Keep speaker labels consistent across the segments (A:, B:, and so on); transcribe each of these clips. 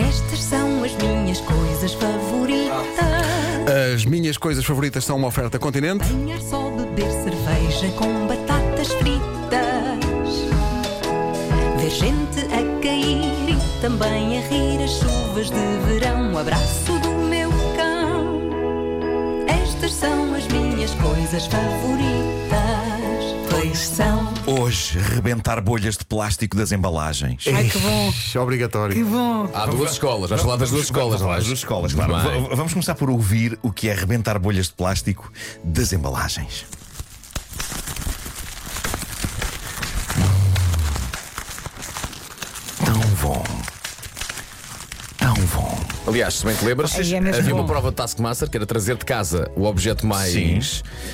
A: Estas são as minhas coisas favoritas:
B: As minhas coisas favoritas são uma oferta continente.
A: banhar só, beber cerveja com batatas fritas, ver gente a cair e também a rir as chuvas de verão. O abraço do meu cão. Estas são as minhas coisas favoritas. Pois são.
C: Hoje, rebentar bolhas de plástico das embalagens.
D: Ai, que bom,
B: Ixi, Obrigatório.
D: que bom.
E: Há duas escolas, vamos falar das duas escolas, não é?
C: As duas escolas,
E: Muito
C: claro.
E: bem.
C: V- Vamos começar por ouvir o que é rebentar bolhas de plástico das embalagens. Tão bom. Tão bom.
E: Aliás, se bem te lembras,
D: Ai, é mesmo
E: havia uma
D: bom.
E: prova de Taskmaster que era trazer de casa o objeto mais
C: Sim,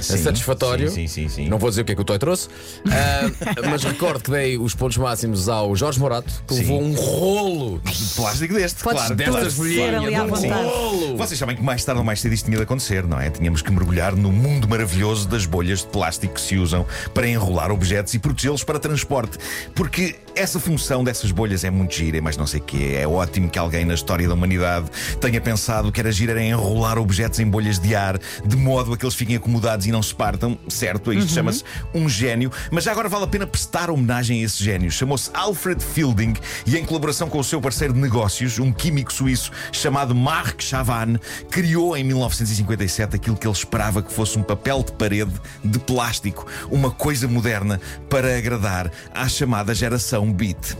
C: sim,
E: satisfatório.
C: sim, sim, sim, sim.
E: Não vou dizer o que é que o Toy trouxe, ah, mas recordo que dei os pontos máximos ao Jorge Morato, que
C: Sim.
E: levou um rolo de
C: De plástico deste,
D: Podes
C: claro.
E: destas
C: claro.
E: folhinhas,
D: ali à
E: um
D: vontade.
E: rolo.
C: Vocês sabem que mais tarde ou mais cedo isto tinha de acontecer, não é? Tínhamos que mergulhar no mundo maravilhoso das bolhas de plástico que se usam para enrolar objetos e protegê-los para transporte. Porque essa função dessas bolhas é muito gira, mas não sei quê. É ótimo que alguém na história da humanidade tenha pensado que era gira era enrolar objetos em bolhas de ar, de modo a que eles fiquem acomodados e não se partam. Certo, É
D: Uhum.
C: isto chama-se um gênio. Mas já agora vale a pena prestar homenagem a esse gênio. Chamou-se Alfred Fielding e, em colaboração com o seu parceiro de negócios, um químico suíço chamado Marc Chavan, criou em 1957 aquilo que ele esperava que fosse um papel de parede de plástico, uma coisa moderna para agradar à chamada geração beat.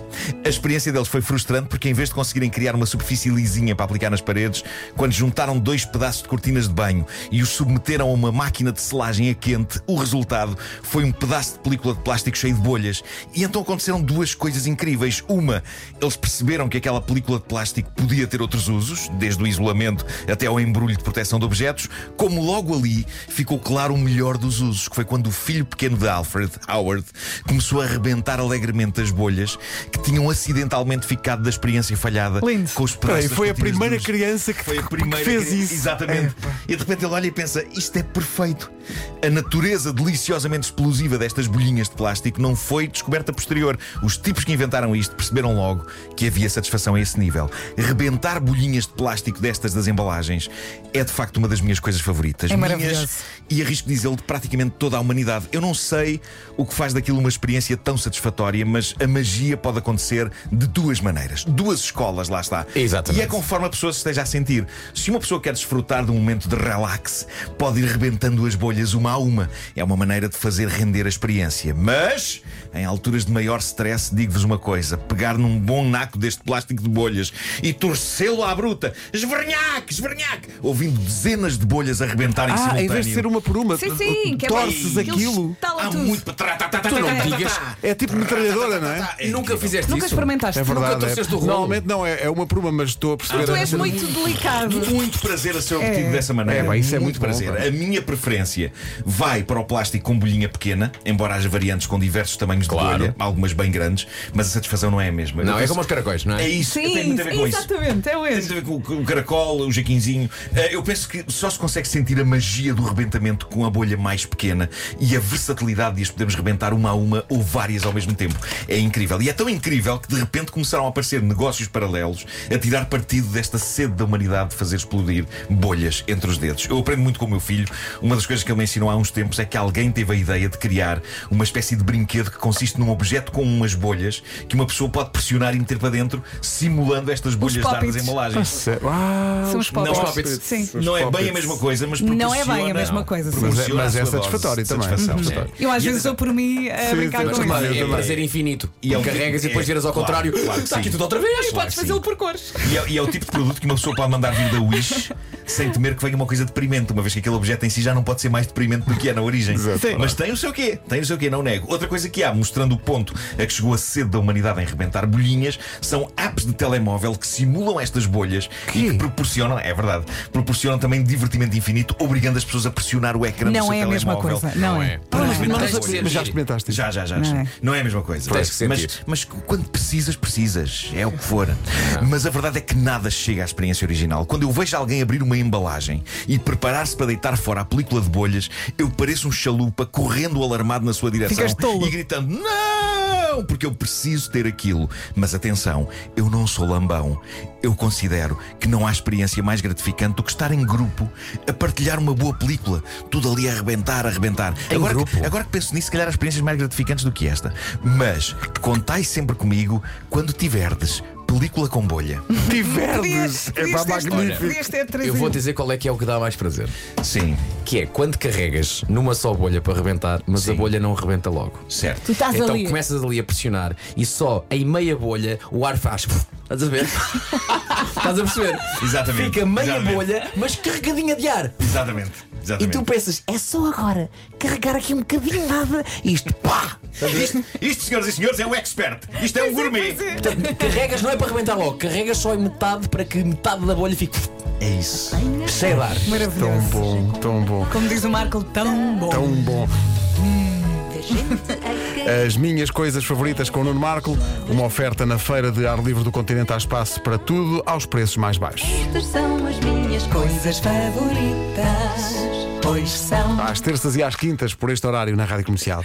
C: A experiência deles foi frustrante porque, em vez de conseguirem criar uma superfície lisinha para aplicar nas paredes, quando juntaram dois pedaços de cortinas de banho e os submeteram a uma máquina de selagem a quente, o resultado foi um pedaço de película de plástico cheio de bolhas. E então aconteceram duas coisas incríveis. Uma, eles perceberam que aquela película de plástico podia ter outros usos, desde o isolamento até ao embrulho de proteção de objetos, como logo ali ficou claro o melhor dos usos, que foi quando o filho pequeno de Alfred, Howard, começou a arrebentar alegremente as bolhas que tinham acidentalmente ficado da experiência falhada
D: Lindo.
C: com os pedaços
B: Peraí,
C: das
B: foi a
C: cortinas
B: primeira
C: dos-
B: criança que,
C: foi a primeira
B: que fez
C: que-
B: isso.
C: Exatamente. E de repente ele olha e pensa: isto é perfeito. A natureza deliciosamente explosiva destas bolhinhas de plástico não foi descoberta posterior. Os tipos que inventaram isto perceberam logo que havia satisfação a esse nível. Rebentar bolhinhas de plástico destas das embalagens é de facto uma das minhas coisas favoritas.
D: É
C: Minhas
D: maravilhoso.
C: e arrisco dizê-lo de praticamente toda a humanidade. Eu não sei o que faz daquilo uma experiência tão satisfatória, mas a magia pode acontecer de duas maneiras. Duas escolas, lá está.
E: Exatamente.
C: E é conforme a pessoa se esteja a sentir. Se uma pessoa quer desfrutar de um momento de relax, pode ir rebentando as bolhas uma a uma. É uma maneira de fazer render a experiência. Mas, em alturas de maior stress, digo-vos uma coisa: pegar num bom naco deste plástico de bolhas e torcê-lo à bruta, esvernhaque, esvernhaque, ouvindo dezenas de bolhas arrebentarem
B: Ah,
C: simultâneo.
B: em vez de ser uma por uma,
D: Sim, sim, que é
B: torces
D: para-
B: aquilo.
C: Há muito para trás. tá, tá, tá,
E: Tu
C: tá,
E: não
C: tá, tá,
E: digas.
C: tá.
B: É tipo metralhadora, não é?
C: É
E: Nunca
C: incrível.
E: fizeste
D: Nunca
E: isso.
D: experimentaste.
B: É
E: Nunca
B: verdade. é.
E: torceste o rolo.
B: Normalmente não, é, é uma por uma, mas estou a perceber.
D: Ah, Tu
B: a-
D: és muito delicado.
C: Muito prazer a ser obtido
D: É.
C: dessa maneira.
B: É, pá, isso é muito bom,
C: prazer.
B: pá.
C: A minha preferência vai para o plástico com bolhinha pequena, embora haja variantes com diversos tamanhos
E: Claro.
C: de bolha, algumas bem grandes, mas a satisfação não é a mesma.
E: Não,
C: Eu
E: é
C: penso-
E: como os caracóis, não
C: É
E: é?
C: isso, tem
D: Sim,
C: muito a ver com isso.
D: exatamente, é o
C: Tem muito
D: esse.
C: a ver com o- com o caracol, o jaquinzinho. Eh, Eu penso que só se consegue sentir a magia do rebentamento com a bolha mais pequena e a versatilidade de as podemos rebentar uma a uma ou várias ao mesmo tempo. É incrível. E é tão incrível que de repente começaram a aparecer negócios paralelos a tirar partido desta sede da humanidade de fazer explodir bolhas entre os dedos. Eu aprendo muito com o meu filho. Uma das coisas que ele me ensinou há uns tempos é que alguém teve a ideia de criar uma espécie de brinquedo que consiste num objeto com umas bolhas que uma pessoa pode pressionar e meter para dentro, simulando estas bolhas de ar das
D: pop-its.
C: embalagens.
B: Sério? Ah,
D: São os
E: Não, os
D: pobres.
E: palpites.
D: Sim.
B: Os
C: Não é bem
B: pockets.
C: a mesma coisa, mas
D: Não é bem a
C: proporciona-
D: mesma coisa, sim.
C: proporciona
B: Mas é- mas é
C: a sua dose
B: satisfatório
C: de
B: também.
C: satisfação, sim.
D: Eu às
C: E
D: vezes
C: atenção-
D: dou por mim a
B: Sim,
D: brincar
B: mas
D: com
B: repara,
D: isso.
B: eu
E: É
B: também.
E: prazer infinito.
C: E é um-
E: Carregas e
C: é,
E: depois giras ao
C: claro,
E: contrário.
C: claro que
E: Está aqui
C: sim.
E: tudo outra vez.
D: E podes fazê-lo por cores.
C: E é, e é o tipo de produto que uma pessoa pode mandar vir da Wish sem temer que venha uma coisa deprimente, uma vez que aquele objeto em si já não pode ser mais deprimente do que é na origem. Mas tem o seu quê, tem o seu quê, não nego. Outra coisa que há, mostrando o ponto a que chegou a sede da humanidade em rebentar bolhinhas, são apps de telemóvel que simulam estas bolhas e que proporcionam, é verdade, proporcionam também divertimento infinito, obrigando as pessoas a pressionar o ecrã do
D: Não
C: seu
D: é a mesma
C: telemóvel.
D: coisa. Não é.
B: Ah, mas-
E: Não,
B: mas-
E: tens de
B: Mas já
E: sentir.
B: experimentaste isso.
C: Já, já, já.
D: Não
C: Não,
D: é.
C: é. a mesma coisa.
E: Tens que sentir.
C: Mas, mas quando precisas, precisas. É o que for. Mas a verdade é que nada chega à experiência original. Quando eu vejo alguém abrir uma embalagem e preparar-se para deitar fora a película de bolhas, eu pareço um chalupa correndo alarmado na sua direção
D: Ficas tolo.
C: e gritando: Não! Porque eu preciso ter aquilo. Mas atenção, eu não sou lambão. Eu considero que não há experiência mais gratificante do que estar em grupo a partilhar uma boa película, tudo ali a arrebentar, a arrebentar.
E: Em
C: agora, que-
E: grupo?
C: agora que penso nisso, se calhar há experiências mais gratificantes do que esta. Mas contai sempre comigo quando tiverdes película com bolha.
B: Tiverdes. É pá, magnífico.
E: Eu vou dizer qual é que é o que dá mais prazer.
C: Sim,
E: Que é quando carregas numa só bolha para arrebentar, mas a bolha não arrebenta logo.
C: certo.
D: Tu estás
E: então
D: ali.
E: começas ali a pressionar e só em meia bolha o ar faz. Estás a ver? Estás a perceber?
C: Exatamente,
E: Fica meia
C: exatamente.
E: bolha, mas carregadinha de ar.
C: Exatamente.
E: E
C: Exatamente.
E: tu pensas, é só agora carregar aqui um bocadinho nada. E isto, pá!
C: Isto, isto, senhoras e senhores, é o expert. Isto é o gourmet.
E: Portanto, carregas não é para arrebentar logo, carregas só em metade para que metade da bolha fique
C: É isso.
E: cheia de ar.
B: Tão
D: Maravilhoso.
B: bom, tão bom.
D: Como diz o Marco, tão bom.
B: Tão bom.
A: Ver gente a cair.
B: As minhas coisas favoritas com o Nuno Marco. Uma oferta na feira de ar livre do continente há espaço para tudo aos preços mais baixos.
A: Estas são as minhas coisas favoritas, pois são.
B: Às terças e às quintas, por este horário, na Rádio Comercial.